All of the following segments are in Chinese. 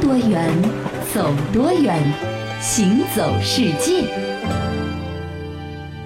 多远，走多远，行走世界。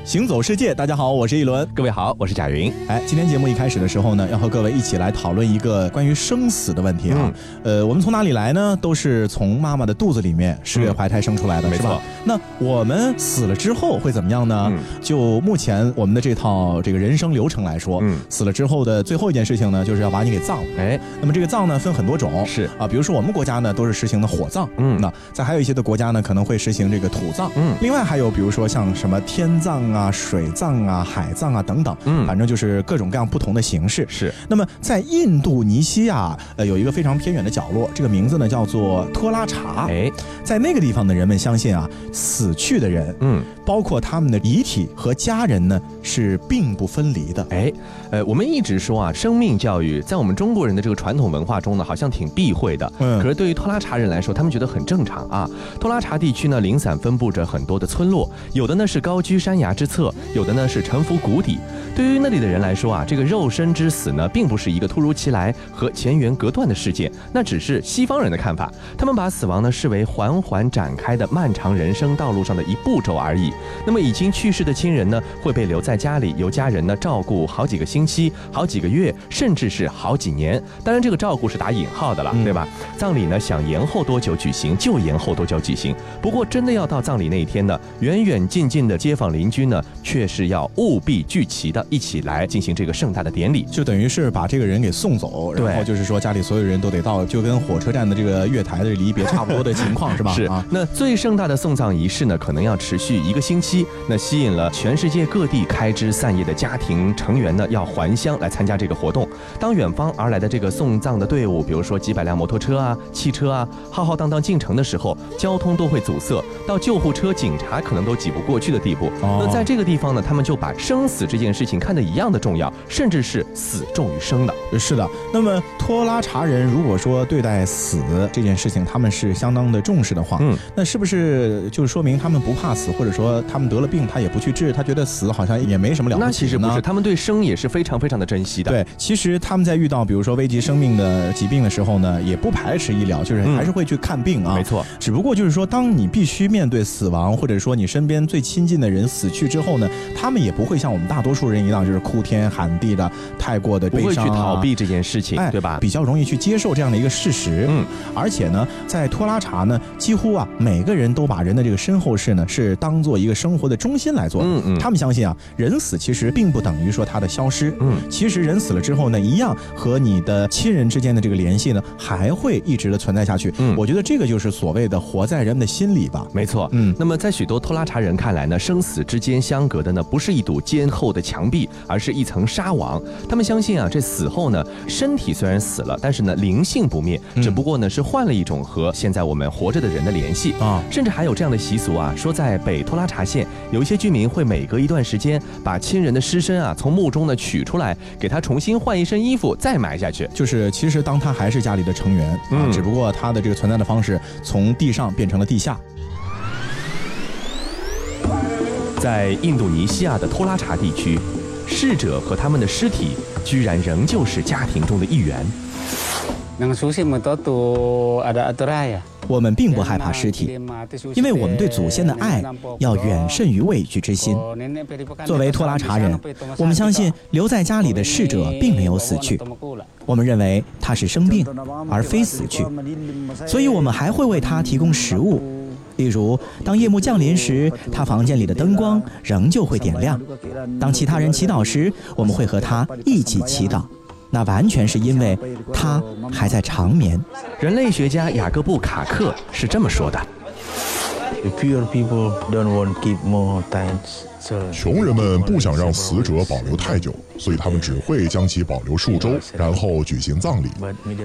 行走世界，大家好，我是一轮。各位好，我是贾云。哎，今天节目一开始的时候呢，要和各位一起来讨论一个关于生死的问题嗯啊。呃，我们从哪里来呢？都是从妈妈的肚子里面十月怀胎生出来的，嗯是没吧错？那我们死了之后会怎么样呢？嗯就目前我们的这套这个人生流程来说，嗯死了之后的最后一件事情呢，就是要把你给葬了。哎，那么这个葬呢，分很多种，是啊，比如说我们国家呢都是实行的火葬，嗯那再还有一些的国家呢可能会实行这个土葬，嗯另外还有比如说像什么天葬啊、水葬啊、海葬啊等等，嗯反正就是各种各样不同的形式。是那么在印度尼西亚，呃，有一个非常偏远的角落，这个名字呢叫做托拉查。哎，在那个地方的人们相信啊，死去的人，嗯，包括他们的遗体和家人呢，是并不分离的。哎，呃，我们一直说啊，生命教育在我们中国人的这个传统文化中呢，好像挺避讳的。嗯可是对于托拉查人来说，他们觉得很正常啊。托拉查地区呢，零散分布着很多的村落，有的呢是高居山崖之侧，有的呢是沉浮谷底。对于那里的人来说啊，这个肉身之死呢，并不是一个突如其来和前缘隔断的事件，那只是西方人的看法。他们把死亡呢视为缓缓展开的漫长人生道路上的一步骤而已。那么已经去世的亲人呢，会被留在家里，由家人呢照顾好几个星期、好几个月，甚至是好几年。当然，这个照顾是打引号的了，嗯对吧？葬礼呢，想延后多久举行就延后多久举行。不过，真的要到葬礼那一天呢，远远近近的街坊邻居呢，却是要务必聚齐的，一起来进行这个盛大的典礼。就等于是把这个人给送走，对然后就是说家里所有人都得到，就跟火车站的这个月台的离别差不多的情况是吧？ 是啊，那最盛大的送葬仪式呢，可能要持续一个星期。那吸引了全世界各地开枝散叶的家庭成员呢，要还乡来参加这个活动。当远方而来的这个送葬的队伍，比如说几百辆摩托车啊、汽车啊，浩浩荡荡进城的时候，交通都会阻塞，到救护车、警察可能都挤不过去的地步。哦那在这个地方呢，他们就把生死这件事情看得一样的重要，甚至是死重于生的。是的。那么拖拉查人如果说对待死这件事情，他们是相当的重视的话，嗯，那是不是就说明他们不怕死，或者说他们得了病他也不去治，他觉得死好像也没什么了不起那其实不呢是，他们对生也是非常非常的珍惜的。对，其实他们在遇到比如说危及生命的疾病的时候呢，也不排斥医疗，就是嗯还是会去看病啊。没错。只不过就是说，当你必须面对死亡，或者说你身边最亲近的人死去之后呢，他们也不会像我们大多数人一样，就是哭天喊地的，太过的不悲会去伤、啊、逃避这件事情，哎对吧？比较容易去接受这样的一个事实。嗯，而且呢，在拖拉茶呢，几乎啊每个人都把人的这个身后事呢是当做一个生活的中心来做的。嗯嗯他们相信啊，人死其实并不等于说他的消失。嗯其实人死了之后呢，一样和你的亲人之间的这个联系呢，还会一直的存在下去。嗯我觉得这个就是所谓的活在人们的心里吧。没错，嗯那么在许多拖拉查人看来呢，生死之间相隔的呢，不是一堵坚厚的墙壁，而是一层纱网。他们相信啊，这死后呢，身体虽然死了，但是呢，灵性不灭，只不过呢是换了一种和现在我们活着的人的联系啊甚至还有这样的习俗啊，说在北托拉查县，有一些居民会每隔一段时间把亲人的尸身啊从墓中呢取出来，给他重新换一身衣服再埋下去。就是其实当他还是家里的成员啊，嗯只不过他的这个存在的方式从地上变成了地下。在印度尼西亚的托拉查地区，逝者和他们的尸体居然仍旧是家庭中的一员。 Yang susi mentotu ada aturaya. 我们并并不不害害怕怕尸尸体体，，因因为为我我们们对对祖祖先先的的爱爱要要远远胜胜于于畏惧之心心。。作作为为托托拉拉查查人人，我我们们相相信信留在家家里里的的逝逝者者并并没没有有死死去去，，我们认为他是生病病，而而非非死死去去。，所所以以我我们们还还会会为为他他提提供供食食物物，，例如当夜幕降临时，他房间里的灯光仍旧会会点点亮亮。。当当其其他他人人祈祈祷祷时时，，我我们们会会和和他他一一起起祈祈祷祷。，那完全是因为他还在长眠。人类学家雅各布·卡克是这么说的： The pure people don't want keep more times. 穷人们不想让死者保留太久，所以他们只会将其保留数周，然后举行葬礼。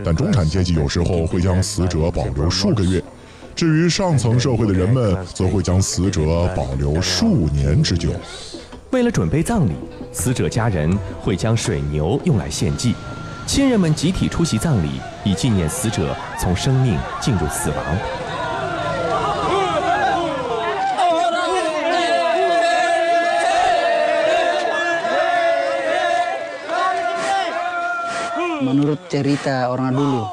但中产阶级有时候会将死者保留数个月，至于上层社会的人们，则会将死者保留数年之久。为了准备葬礼，死者家人会将水牛用来献祭，亲人们集体出席葬礼，以纪念死者从生命进入死亡。 menurut cerita orang dulu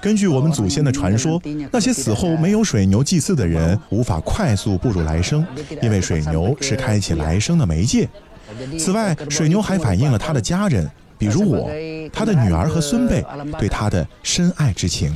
根据我们祖先的传说，那些死后没有水牛祭祀的人，无法快速步入来生，因为水牛是开启来生的媒介。此外，水牛还反映了他的家人，比如我，他的女儿和孙辈对他的深爱之情。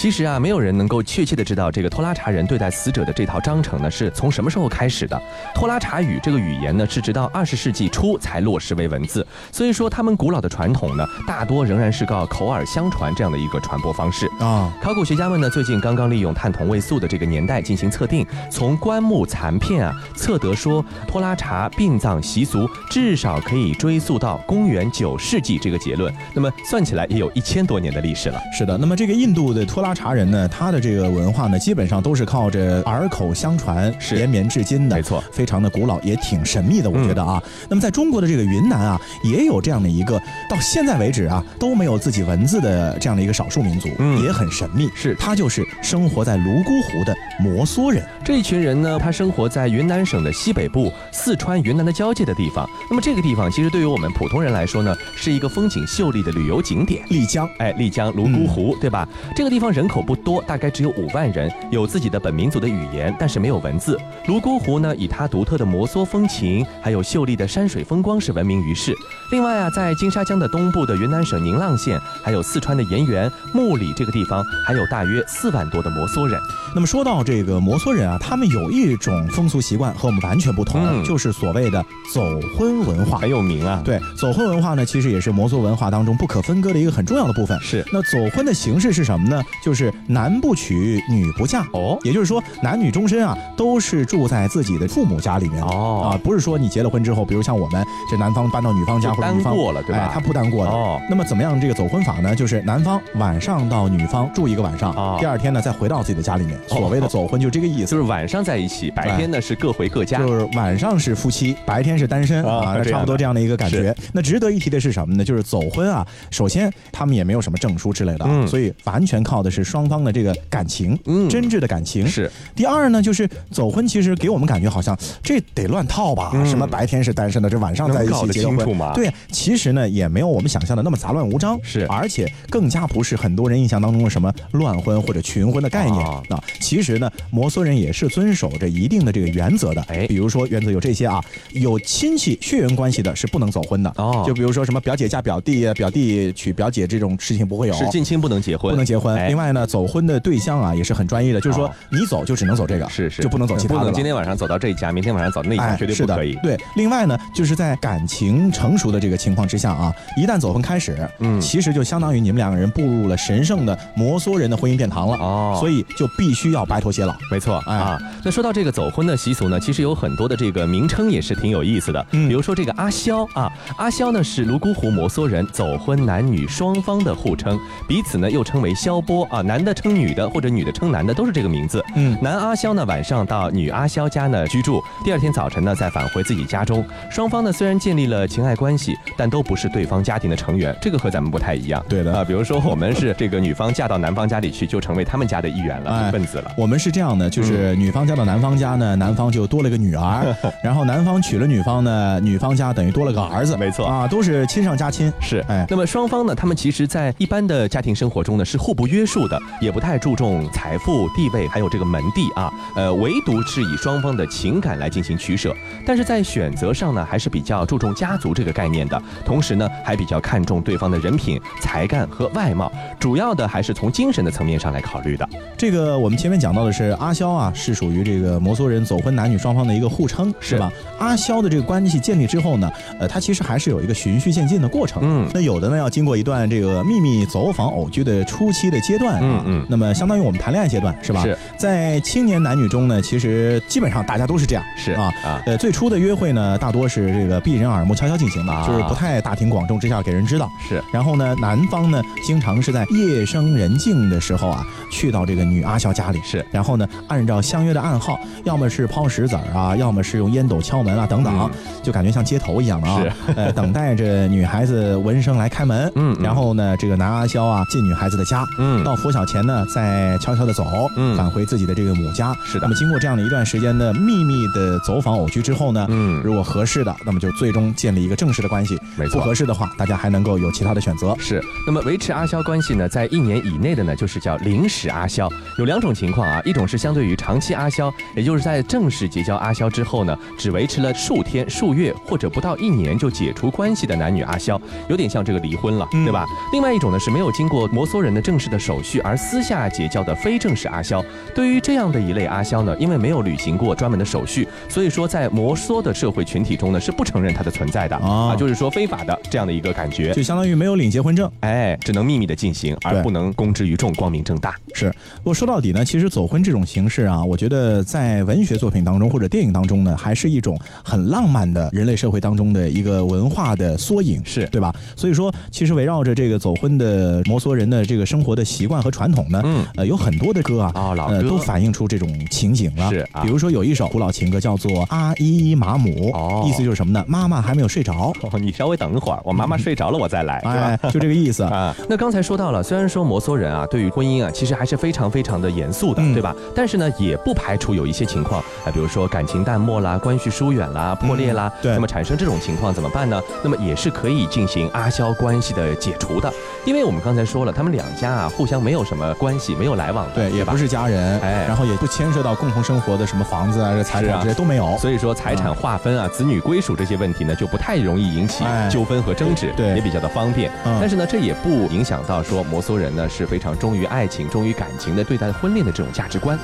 其实啊，没有人能够确切的知道这个拖拉茶人对待死者的这套章程呢是从什么时候开始的。拖拉茶语这个语言呢是直到二十世纪初才落实为文字，所以说他们古老的传统呢大多仍然是靠口耳相传这样的一个传播方式。啊，考古学家们呢，最近刚刚利用碳同位素的这个年代进行测定，从棺木残片啊测得说，拖拉茶殡葬习俗至少可以追溯到公元九世纪这个结论。那么算起来也有一千多年的历史了。是的，那么这个印度的拖拉茶人呢，他的这个文化呢，基本上都是靠着耳口相传，是延绵至今的，没错非常的古老，也挺神秘的，我嗯觉得啊。那么在中国的这个云南啊，也有这样的一个，到现在为止啊，都没有自己文字的这样的一个少数民族，嗯也很神秘。是他就是生活在泸沽湖的摩梭人。这一群人呢，他生活在云南省的西北部，四川、云南的交界的地方。那么这个地方其实对于我们普通人来说呢，是一个风景秀丽的旅游景点。丽江哎，丽江泸沽湖，对吧？这个地方人口不多，大概只有五万人，有自己的本民族的语言，但是没有文字。泸沽湖呢，以它独特的摩梭风情，还有秀丽的山水风光是闻名于世。另外啊，在金沙江的东部的云南省宁浪县，还有四川的盐源、木里这个地方，还有大约四万多的摩梭人。那么说到这个摩梭人啊，他们有一种风俗习惯和我们完全不同，嗯就是所谓的走婚文化很。有名啊。对，走婚文化呢，其实也是摩梭文化当中不可分割的一个很重要的部分。是那走婚的形式是什么呢？就是男不娶，女不嫁。哦也就是说，男女终身啊，都是住在自己的父母家里面的啊，哦不是说你结了婚之后，比如像我们这男方搬到女方家就或者单女方过了对吧哎，他不单过了。哦那么怎么样这个走婚法呢？就是男方晚上到女方住一个晚上，哦第二天呢再回到自己的家里面。所谓的走婚就这个意思。就是晚上在一起，白天呢是各回各家。哎就是晚上是夫妻，白天是单身啊啊，那这样差不多的这样的一个感觉是。那值得一提的是什么呢？就是走婚啊，首先他们也没有什么证书之类的啊，嗯所以完全靠的是双方的这个感情，嗯真挚的感情。是。第二呢，就是走婚其实给我们感觉好像这得乱套吧，嗯什么白天是单身的，这晚上在一能搞起得结个清楚婚吗对，其实呢也没有我们想象的那么杂乱无章，是而且更加不是很多人印象当中的什么乱婚或者群婚的概念啊啊。其实呢，摩梭人也是遵守着一定的这个原则的，哎比如说原则有这些啊，有亲戚血缘关系的是不能走婚的，哦就比如说什么表姐嫁表弟啊，表弟娶表姐这种事情不会有，是近亲不能结婚，不能结婚。哎另外呢，走婚的对象啊也是很专一的，就是说哦你走就只能走这个，是是，就不能走其他不的能了今。天晚上走到这一家，明天晚上走那一家，哎，绝对是不的可以。对，另外呢，就是在感情成熟的这个情况之下啊，一旦走婚开始，嗯其实就相当于你们两个人步入了神圣的摩梭人的婚姻殿堂了，哦所以就必须要白头 偕老。没错、哎啊，那说到这个走婚的习俗呢，其实有很多的这个名称也是挺有意思的，嗯比如说这个阿萧啊，阿萧呢是泸沽湖摩梭人走婚男女双方的互称，彼此呢又称为萧波啊，男的称女的或者女的称男的都是这个名字。嗯男阿萧呢晚上到女阿萧家呢居住，第二天早晨呢再返回自己家中。双方呢虽然建立了情爱关系，但都不是对方家庭的成员，这个和咱们不太一样。对的啊，比如说我们是这个女方嫁到男方家里去，就成为他们家的一员了，哎一份子了。我们是这样的，就是嗯女方嫁到男方家 呢，男方就多了个女儿，然后男方娶了女方呢，女方家等于多了个儿子，没错啊，都是亲上加亲。是，哎那么双方呢，他们其实，在一般的家庭生活中呢，是互不约束的，也不太注重财富、地位，还有这个门第啊，呃，唯独是以双方的情感来进行取舍。但是在选择上呢，还是比较注重家族这个概念的，同时呢，还比较看重对方的人品、才干和外貌，主要的还是从精神的层面上来考虑的。这个我们前面讲到的是阿萧啊，是属于这个摩梭人走婚男女双方的一个互称，是是吧？阿萧的这个关系建立之后呢，呃，他其实还是有一个循序渐进的过程。嗯那有的呢要经过一段这个秘密走访偶居的初期的阶段啊，嗯嗯那么相当于我们谈恋爱阶段是吧？是在青年男女中呢，其实基本上大家都是这样，是啊啊呃，最初的约会呢，大多是这个避人耳目、悄悄进行的，啊就是不太大庭广众之下给人知道。是然后呢，男方呢，经常是在夜深人静的时候啊，去到这个女阿萧家里。是，然后呢，按照相约的暗号，要么是抛石子儿啊，要么是用烟斗敲门啊，等等，嗯就感觉像街头一样的啊。呃，等待着女孩子闻声来开门。嗯嗯然后呢，这个男阿萧啊，进女孩子的家。嗯到拂晓前呢，再悄悄的走，嗯返回自己的这个母家。是的那么经过这样的一段时间的秘密的走访偶居之后呢，嗯如果合适的，那么就最终建立一个正式的关系；没不错合适的话，大家还能够有其他的选择。是，那么维持阿肖关系呢，在一年以内的呢，就是叫临时阿肖。有两种情况啊，一种是相对于长期阿肖，也就是在正式结交阿肖之后呢，只维持了数天、数月或者不到一年就解除关系的男女阿肖，有点像这个离婚了，对吧？另外一种呢是没有经过摩梭人的正式的手续而私下结交的非正式阿肖。对于这样的一类阿肖呢，因为没有履行过专门的手续，所以说在摩梭的社会群体中呢是不承认它的存在的、哦啊，就是说非法的这样的一个感觉。就相当于没有领结婚证。哎，只能秘密的进行，而对啊不能公之于众、光明正大。是，不过说到底呢，其实走婚这种形式啊，我觉得在文学作品当中或者电影当中呢，还是一种很浪漫的人类社会当中的一个文化的缩影，是对吧？所以说，其实围绕着这个走婚的摩梭人的这个生活的习惯和传统呢，嗯呃，有很多的歌啊，哦老呃，歌都反映出这种情景了。是啊比如说有一首古老情歌叫做《阿依依玛姆》，哦意思就是什么呢？妈妈还没有睡着，哦， 你稍微等一会儿，我妈妈睡着了，我再来，是吧哎？，就这个意思。 啊，那刚才说到了，虽然说摩梭人啊对于婚姻啊其实还是非常非常的严肃的，嗯对吧？但是呢，也不排除有一些情况啊，比如说感情淡漠啦、关系疏远啦、破裂啦，嗯对那么产生这种情况怎么办呢？那么也是可以进行阿肖关系的解除的，因为我们刚才说了，他们两家啊互相没有什么关系，没有来往的，对，也吧不是家人，哎然后也不牵涉到共同生活的什么房子啊、这财是产啊这些都没有。所以说财嗯产划分啊、子女归属这些问题呢，就不太容易引起哎纠纷和争执，对对也比较的方便。嗯但是呢，这也不影响到说摩梭人呢是非常忠于爱情、忠于感情的对待婚恋的这种价值观。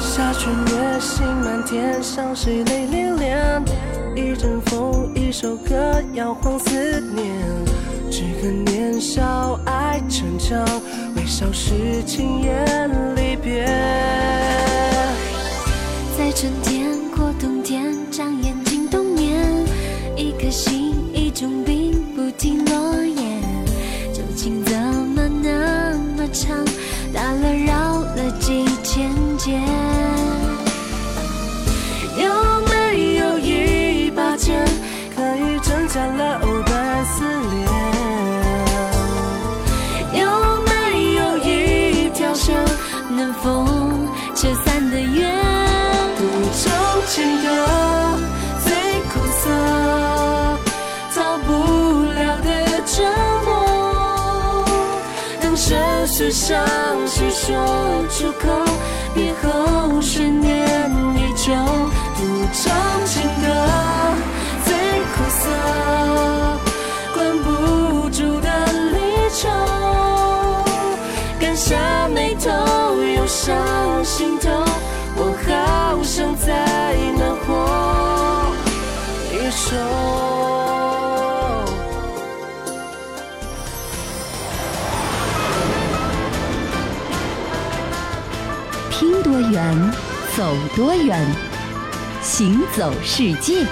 下弦月星满天，赏谁泪涟涟？一阵风，一首歌，摇晃思念。只恨年少爱逞强，微笑是轻言离别。在春天过冬天，长眼睛冬眠。一颗心，一种病，不停落叶。旧情怎么那么长？打了绕了几千遍。有没有一把剑，可以挣扎了藕断丝连？有没有一条线，能否就散得远？赌真情的最苦涩，逃不了的折磨。当深邃伤心说出口，以后悬念依旧。赌真情的最苦涩，关不住的离愁。赶下眉头又上心头，我好想再能活一生。听多远，走多远，行走世界。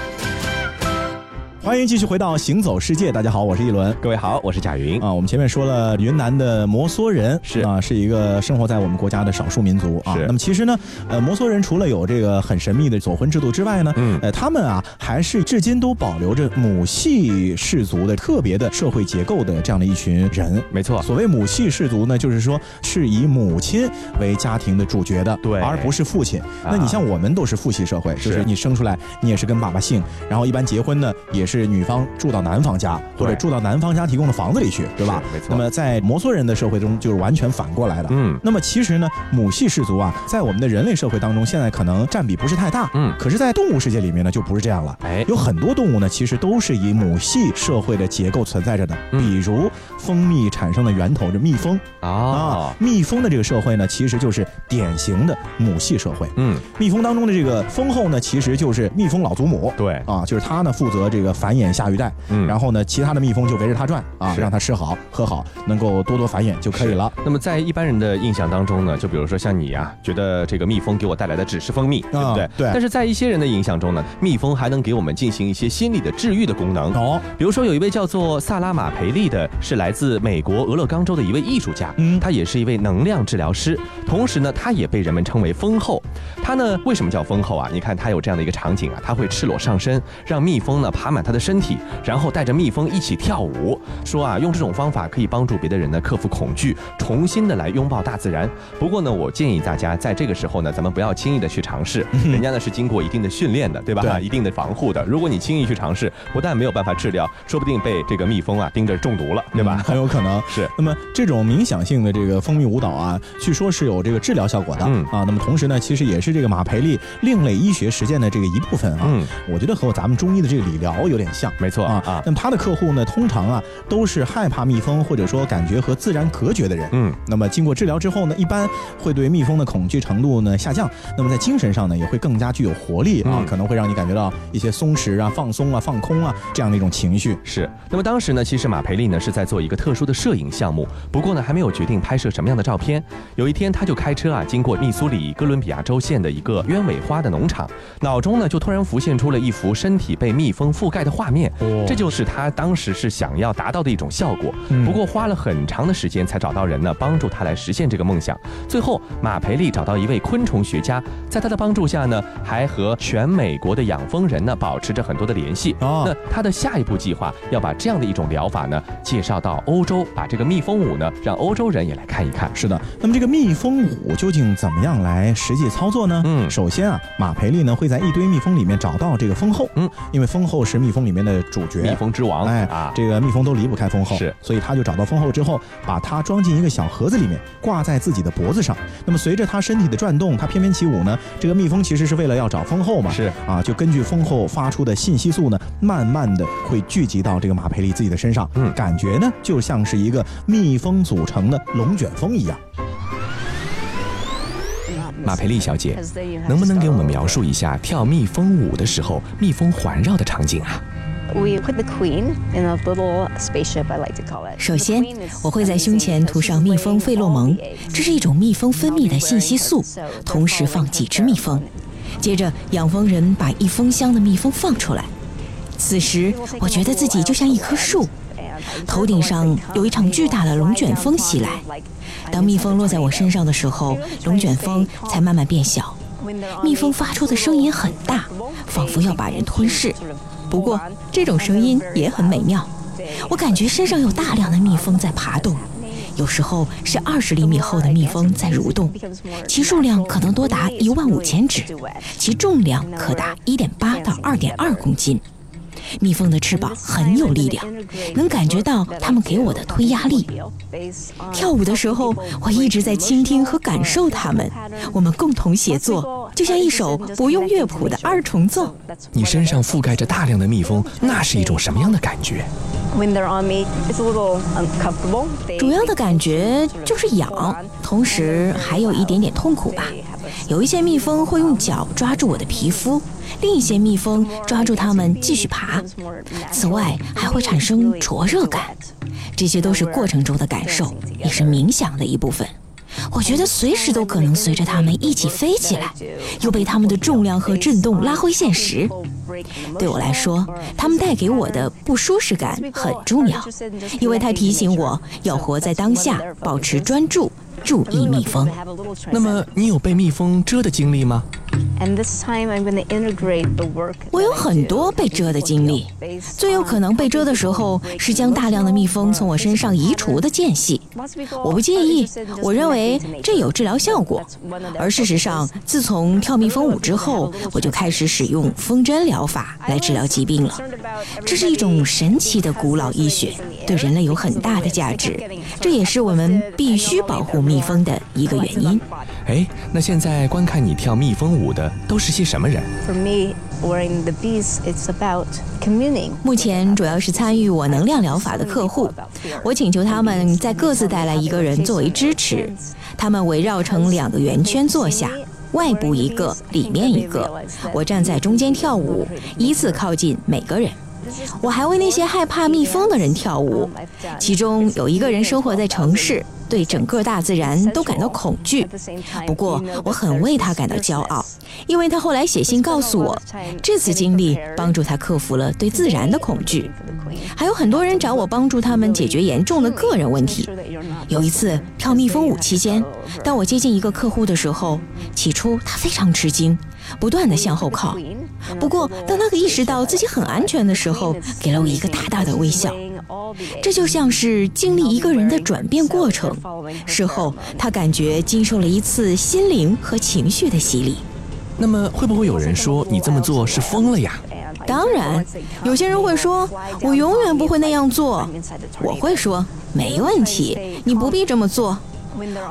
欢迎继续回到《行走世界》，大家好，我是一轮。各位好，我是贾云。啊，我们前面说了，云南的摩梭人是啊，是一个生活在我们国家的少数民族啊是。那么其实呢，呃，摩梭人除了有这个很神秘的走婚制度之外呢，嗯呃，他们啊还是至今都保留着母系氏族的特别的社会结构的这样的一群人。没错，所谓母系氏族呢，就是说是以母亲为家庭的主角的，对而不是父亲。啊那你像我们都是父系社会，就是是你生出来你也是跟爸爸姓，然后一般结婚呢也是女方住到男方家或者对住到男方家提供的房子里去，对吧？是没错那么在摩梭人的社会中就是完全反过来的。嗯，那么其实呢，母系氏族啊，在我们的人类社会当中，现在可能占比不是太大，嗯可是，在动物世界里面呢，就不是这样了。哎，有很多动物呢，其实都是以母系社会的结构存在着的，嗯比如蜂蜜产生的源头这蜜蜂哦啊，，蜜蜂的这个社会呢，其实就是典型的母系社会。嗯，蜜蜂当中的这个蜂后呢，其实就是蜜蜂老祖母。对，啊，就是它呢负责这个繁衍下一代，嗯然后呢，其他的蜜蜂就围着它转啊，是让它吃好喝好，能够多多繁衍就可以了。那么在一般人的印象当中呢，就比如说像你啊，觉得这个蜜蜂给我带来的只是蜂蜜，对不对？啊对但是在一些人的影响中呢，蜜蜂还能给我们进行一些心理的治愈的功能。哦，比如说，有一位叫做萨拉玛培利的，是来自美国俄勒冈州的一位艺术家，嗯他也是一位能量治疗师，同时呢，他也被人们称为蜂后。他呢，为什么叫蜂后啊？你看他有这样的一个场景啊，他会赤裸上身，让蜜蜂呢爬满他的的身体，然后带着蜜蜂一起跳舞。说啊，用这种方法可以帮助别的人呢克服恐惧，重新的来拥抱大自然。不过呢，我建议大家在这个时候呢，咱们不要轻易的去尝 试，人家呢是经过一定的训练的，对吧？对啊一定的防护的。如果你轻易去尝试，不但没有办法治疗，说不定被这个蜜蜂啊叮着中毒了，对吧？嗯很有可能是那么这种冥想性的这个蜂蜜舞蹈啊，据说是有这个治疗效果的、嗯啊。那么同时呢，其实也是这个马培利另类医学实践的这个一部分啊。嗯我觉得和咱们中医的这个理疗有点像。没错啊啊那么他的客户呢，通常啊都是害怕蜜蜂或者说感觉和自然隔绝的人。嗯，那么经过治疗之后呢，一般会对蜜蜂的恐惧程度呢下降，那么在精神上呢也会更加具有活力啊，嗯可能会让你感觉到一些松弛啊、放松啊、放空啊这样的一种情绪。是，那么当时呢，其实马培利呢是在做一个特殊的摄影项目，不过呢还没有决定拍摄什么样的照片。有一天，他就开车啊，经过密苏里哥伦比亚州县的一个鸢尾花的农场，脑中呢就突然浮现出了一幅身体被蜜蜂覆盖的画面，这就是他当时是想要达到的一种效果。不过花了很长的时间才找到人呢，帮助他来实现这个梦想。最后，马培利找到一位昆虫学家，在他的帮助下呢，还和全美国的养蜂人呢保持着很多的联系。哦 那他的下一步计划要把这样的一种疗法呢介绍到欧洲，把这个蜜蜂舞呢让欧洲人也来看一看。是的，那么这个蜜蜂舞究竟怎么样来实际操作呢？嗯首先啊，马培利呢会在一堆蜜蜂里面找到这个蜂后，嗯，因为蜂后是蜜蜂里面的主角，蜜蜂之王，哎啊，这个蜜蜂都离不开蜂后，是所以他就找到蜂后之后，把它装进一个小盒子里面，挂在自己的脖子上。那么随着它身体的转动，它翩翩起舞呢。这个蜜蜂其实是为了要找蜂后嘛，是啊，就根据蜂后发出的信息素呢，慢慢的会聚集到这个马培利自己的身上，嗯感觉呢就像是一个蜜蜂组成的龙卷风一样。马培利小姐，能不能给我们描述一下跳蜜蜂舞的时候蜜蜂环绕的场景啊？ We put the queen in a little spaceship, I like to call it. 首先，我会在胸前涂上蜜蜂费洛蒙，这是一种蜜蜂分泌的信息素，同时放几只蜜蜂。接着，养蜂人把一蜂箱的蜜蜂放出来。此时，我觉得自己就像一棵树，头顶上有一场巨大的龙卷风袭来。当蜜蜂落在我身上的时候，龙卷风才慢慢变小。蜜蜂发出的声音很大，仿佛要把人吞噬。不过，这种声音也很美妙。我感觉身上有大量的蜜蜂在爬动，有时候是二十厘米厚的蜜蜂在蠕动，其数量可能多达一万五千只，其重量可达一点八到二点二公斤。蜜蜂的翅膀很有力量，能感觉到它们给我的推压力。跳舞的时候，我一直在倾听和感受它们。我们共同协作，就像一首不用乐谱的二重奏。你身上覆盖着大量的蜜蜂，那是一种什么样的感觉？ When they're on me, it's a little uncomfortable. They- 主要的感觉就是痒，同时还有一点点痛苦吧。有一些蜜蜂会用脚抓住我的皮肤，另一些蜜蜂抓住它们继续爬。此外，还会产生灼热感，这些都是过程中的感受，也是冥想的一部分。我觉得随时都可能随着它们一起飞起来，又被它们的重量和震动拉回现实。对我来说，它们带给我的不舒适感很重要，因为它提醒我要活在当下，保持专注，注意蜜蜂。那么你有被蜜蜂蛰的经历吗？ And this time I'm going to integrate the work. 我有很多被蛰的经历，最有可能被蛰的时候是将大量的蜜蜂从我身上移除的间隙。我不介意，我认为这有治疗效果。而事实上，自从跳蜜蜂舞之后，我就开始使用风针疗法来治疗疾病了。这是一种神奇的古老医学，对人类有很大的价值。这也是我们必须保护蜜蜂的一个原因。哎，那现在观看你跳蜜蜂舞的都是些什么人？ For me, wearing the bees, it's about communing. 目前主要是参与我能量疗法的客户，我请求他们再各自带来一个人作为支持。他们围绕成两个圆圈坐下，外部一个，里面一个。我站在中间跳舞，依次靠近每个人。我还为那些害怕蜜蜂的人跳舞，其中有一个人生活在城市，对整个大自然都感到恐惧。不过，我很为他感到骄傲，因为他后来写信告诉我，这次经历帮助他克服了对自然的恐惧。还有很多人找我帮助他们解决严重的个人问题。有一次跳蜜蜂舞期间，当我接近一个客户的时候，起初他非常吃惊，不断的向后靠。不过，当他意识到自己很安全的时候，给了我一个大大的微笑。这就像是经历一个人的转变过程。事后，他感觉经受了一次心灵和情绪的洗礼。那么，会不会有人说你这么做是疯了呀？当然，有些人会说，我永远不会那样做。我会说，没问题，你不必这么做。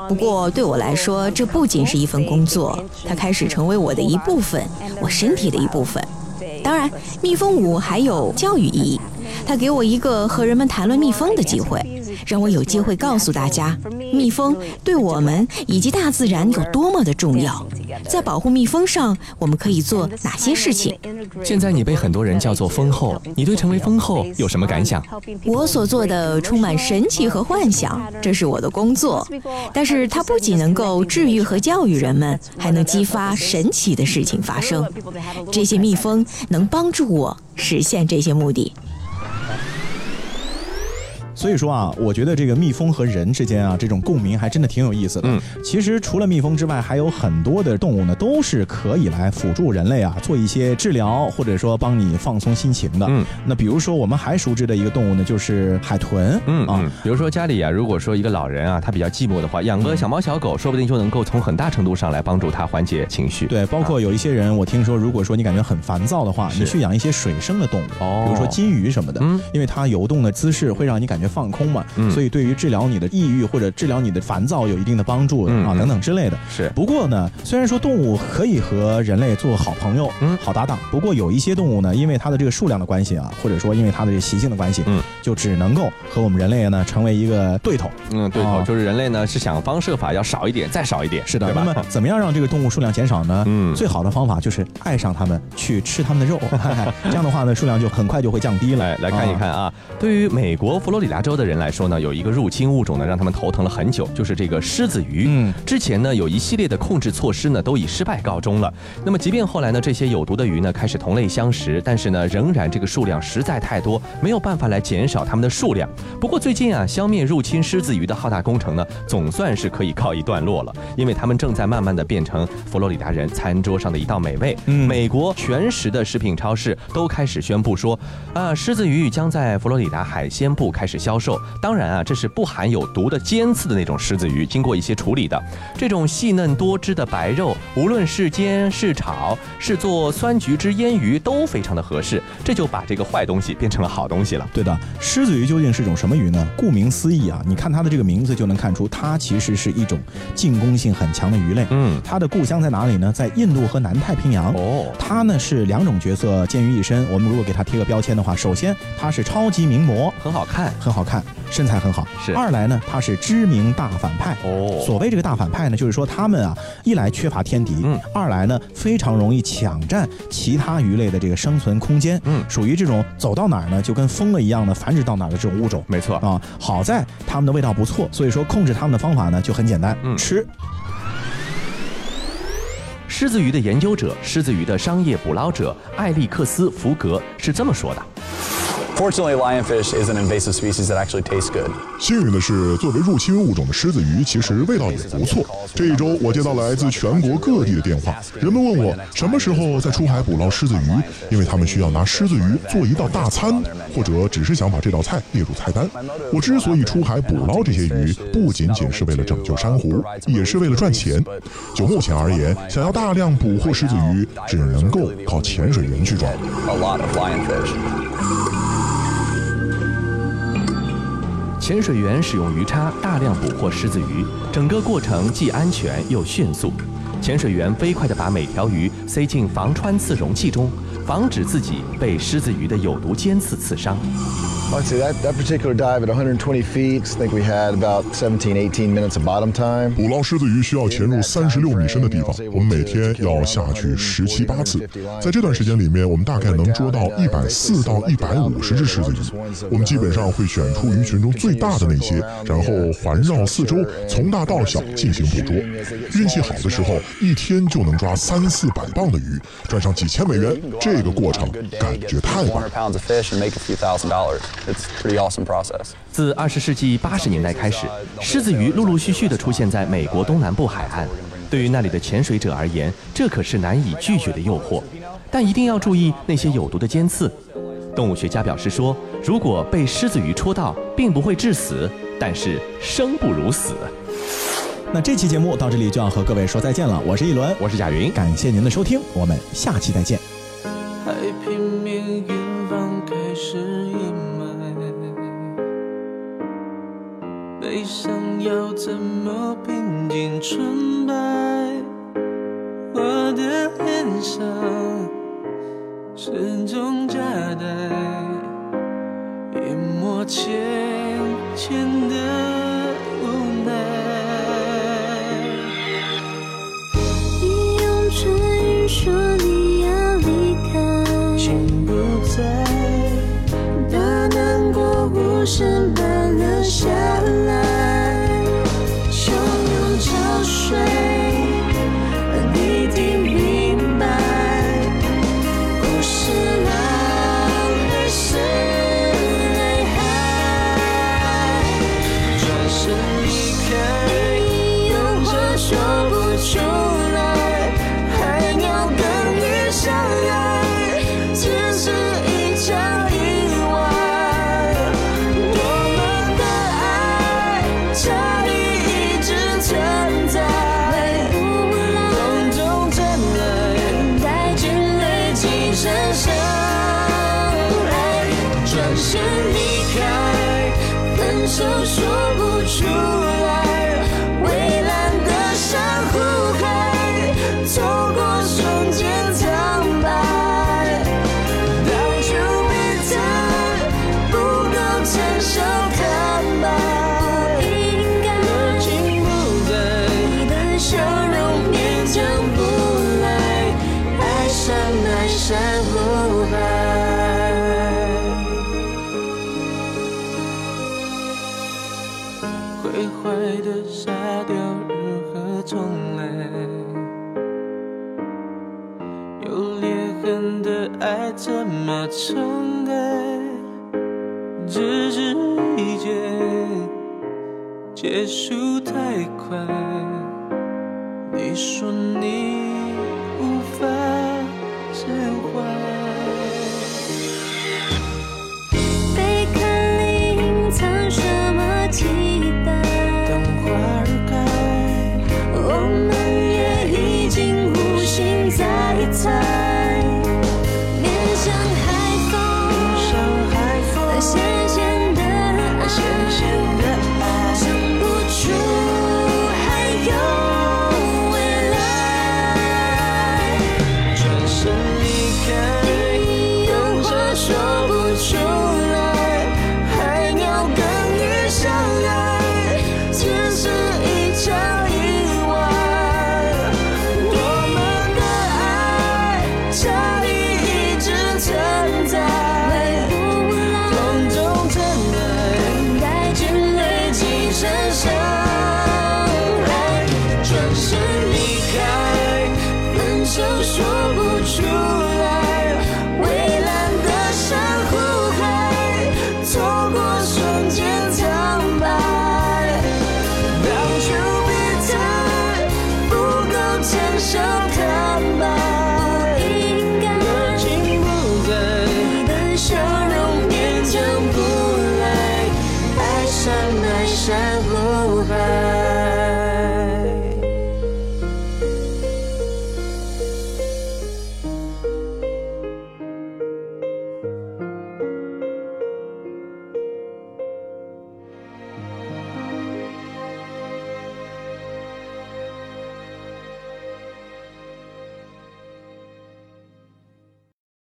不过对我来说，这不仅是一份工作，它开始成为我的一部分，我身体的一部分。当然，蜜蜂舞还有教育意义，它给我一个和人们谈论蜜蜂的机会，让我有机会告诉大家，蜜蜂对我们以及大自然有多么的重要。在保护蜜蜂上，我们可以做哪些事情？现在你被很多人叫做蜂后，你对成为蜂后有什么感想？我所做的充满神奇和幻想，这是我的工作。但是它不仅能够治愈和教育人们，还能激发神奇的事情发生。这些蜜蜂能帮助我实现这些目的。所以说啊，我觉得这个蜜蜂和人之间啊，这种共鸣还真的挺有意思的。嗯，其实除了蜜蜂之外，还有很多的动物呢，都是可以来辅助人类啊，做一些治疗，或者说帮你放松心情的。嗯，那比如说我们还熟知的一个动物呢，就是海豚。嗯啊嗯，比如说家里啊，如果说一个老人啊，他比较寂寞的话，养个小猫小狗，说不定就能够从很大程度上来帮助他缓解情绪。对，包括有一些人，我听说，如果说你感觉很烦躁的话，你去养一些水生的动物，哦、比如说金鱼什么的，嗯，因为它游动的姿势会让你感觉。放空嘛、嗯，所以对于治疗你的抑郁或者治疗你的烦躁有一定的帮助、嗯、啊，等等之类的。是。不过呢，虽然说动物可以和人类做好朋友、嗯、好搭档，不过有一些动物呢，因为它的这个数量的关系啊，或者说因为它的这个习性的关系，嗯，就只能够和我们人类呢成为一个对头。嗯，对头、啊、就是人类呢是想方设法要少一点，再少一点。是的。哦那嗯么怎么样让这个动物数量减少呢？嗯，最好的方法就是爱上它们，去吃它 们的肉，这样的话呢，数量就很快就会降低了。来来看一看啊，啊对于美国佛罗里达。亚洲的人来说呢，有一个入侵物种呢，让他们头疼了很久，就是这个狮子鱼。嗯，之前呢有一系列的控制措施呢，都以失败告终了。那么，即便后来呢，这些有毒的鱼呢开始同类相食，但是呢，仍然这个数量实在太多，没有办法来减少它们的数量。不过最近啊，消灭入侵狮子鱼的浩大工程呢，总算是可以告一段落了，因为它们正在慢慢的变成佛罗里达人餐桌上的一道美味。嗯，美国全食的食品超市都开始宣布说，啊，狮子鱼将在佛罗里达海鲜部开始。销售，当然啊，这是不含有毒的尖刺的那种狮子鱼，经过一些处理的。这种细嫩多汁的白肉，无论是煎、是炒、是做酸橘汁腌鱼，都非常的合适。这就把这个坏东西变成了好东西了。对的，狮子鱼究竟是种什么鱼呢？顾名思义啊，你看它的这个名字就能看出，它其实是一种进攻性很强的鱼类。嗯，它的故乡在哪里呢？在印度和南太平洋。哦，它呢是两种角色兼于一身。我们如果给它贴个标签的话，首先它是超级名模，很好看，很。好看，身材很好。是二来呢，他是知名大反派。哦，所谓这个大反派呢，就是说他们啊，一来缺乏天敌，嗯，二来呢非常容易抢占其他鱼类的这个生存空间，嗯，属于这种走到哪儿呢就跟疯了一样的繁殖到哪儿的这种物种。没错啊，好在它们的味道不错，所以说控制它们的方法呢就很简单，嗯，吃。狮子鱼的研究者、狮子鱼的商业捕捞者艾利克斯·福格是这么说的。 Fortunately, lionfish is an invasive species that actually tastes good. 幸运的是，作为入侵物种的狮子鱼，其实味道也不错。这一周我接到来自全国各地的电话，人们问我什么时候再出海捕捞狮子鱼，因为他们需要拿狮子鱼做一道大餐，或者只是想把这道菜列入菜单。我之所以出海捕捞这些鱼，不仅仅是为了拯救珊瑚，也是为了赚钱。就目前而言，想要大量捕获狮子鱼，只能够靠潜水员去抓。 A lot of lionfish. 潜水员使用鱼叉大量捕获狮子鱼，整个过程既安全又迅速。潜水员飞快地把每条鱼塞进防穿刺容器中，防止自己被狮子鱼的有毒尖刺刺伤。 Let's see, that, that particular dive at 120 feet, I think we had about 17, 18 minutes of bottom time. 捕捞狮子鱼需要潜入三十六米深的地方，我们每天要下去十七八次。在这段时间里面，我们大概能捉到一百四到一百五十只狮子鱼。我们基本上会选出鱼群中最大的那些，然后环绕四周，从大到小进行捕捉。运气好的时候，一天就能抓三四百磅的鱼，赚上几千美元。这个过程感觉太棒。 It's pretty awesome process. 自二十世纪八十年代开始，狮子鱼陆陆续续地出现在美国东南部海岸。对于那里的潜水者而言，这可是难以拒绝的诱惑。但一定要注意那些有毒的尖刺。动物学家表示说，如果被狮子鱼戳到，并不会致死，但是生不如死。那这期节目到这里就要和各位说再见了。我是一轮，我是贾云，感谢您的收听，我们下期再见。太平面远方开始阴霾，悲伤要怎么平静纯白？我的脸上始终夹带淹没浅浅的无奈。你用唇语说你要离开，心不在，把难过无声般留下来，汹涌潮水，你听明白，不是狼，而是泪海。转身离开。你有话说不出来，海鸟跟你相爱，只是一场意外。我们的爱差异一直存在，风中传来等待菌累积成深爱，转身离开。分手说不出来，蔚蓝的珊瑚海，透过瞬间苍白。Don't you pretend 不够承受坦白，应该心不在。你的笑容勉强不来，爱上那珊瑚海。毁坏的沙雕如何重来？有裂痕的爱怎么重盖？只是一切结束太快，你说你无法释怀。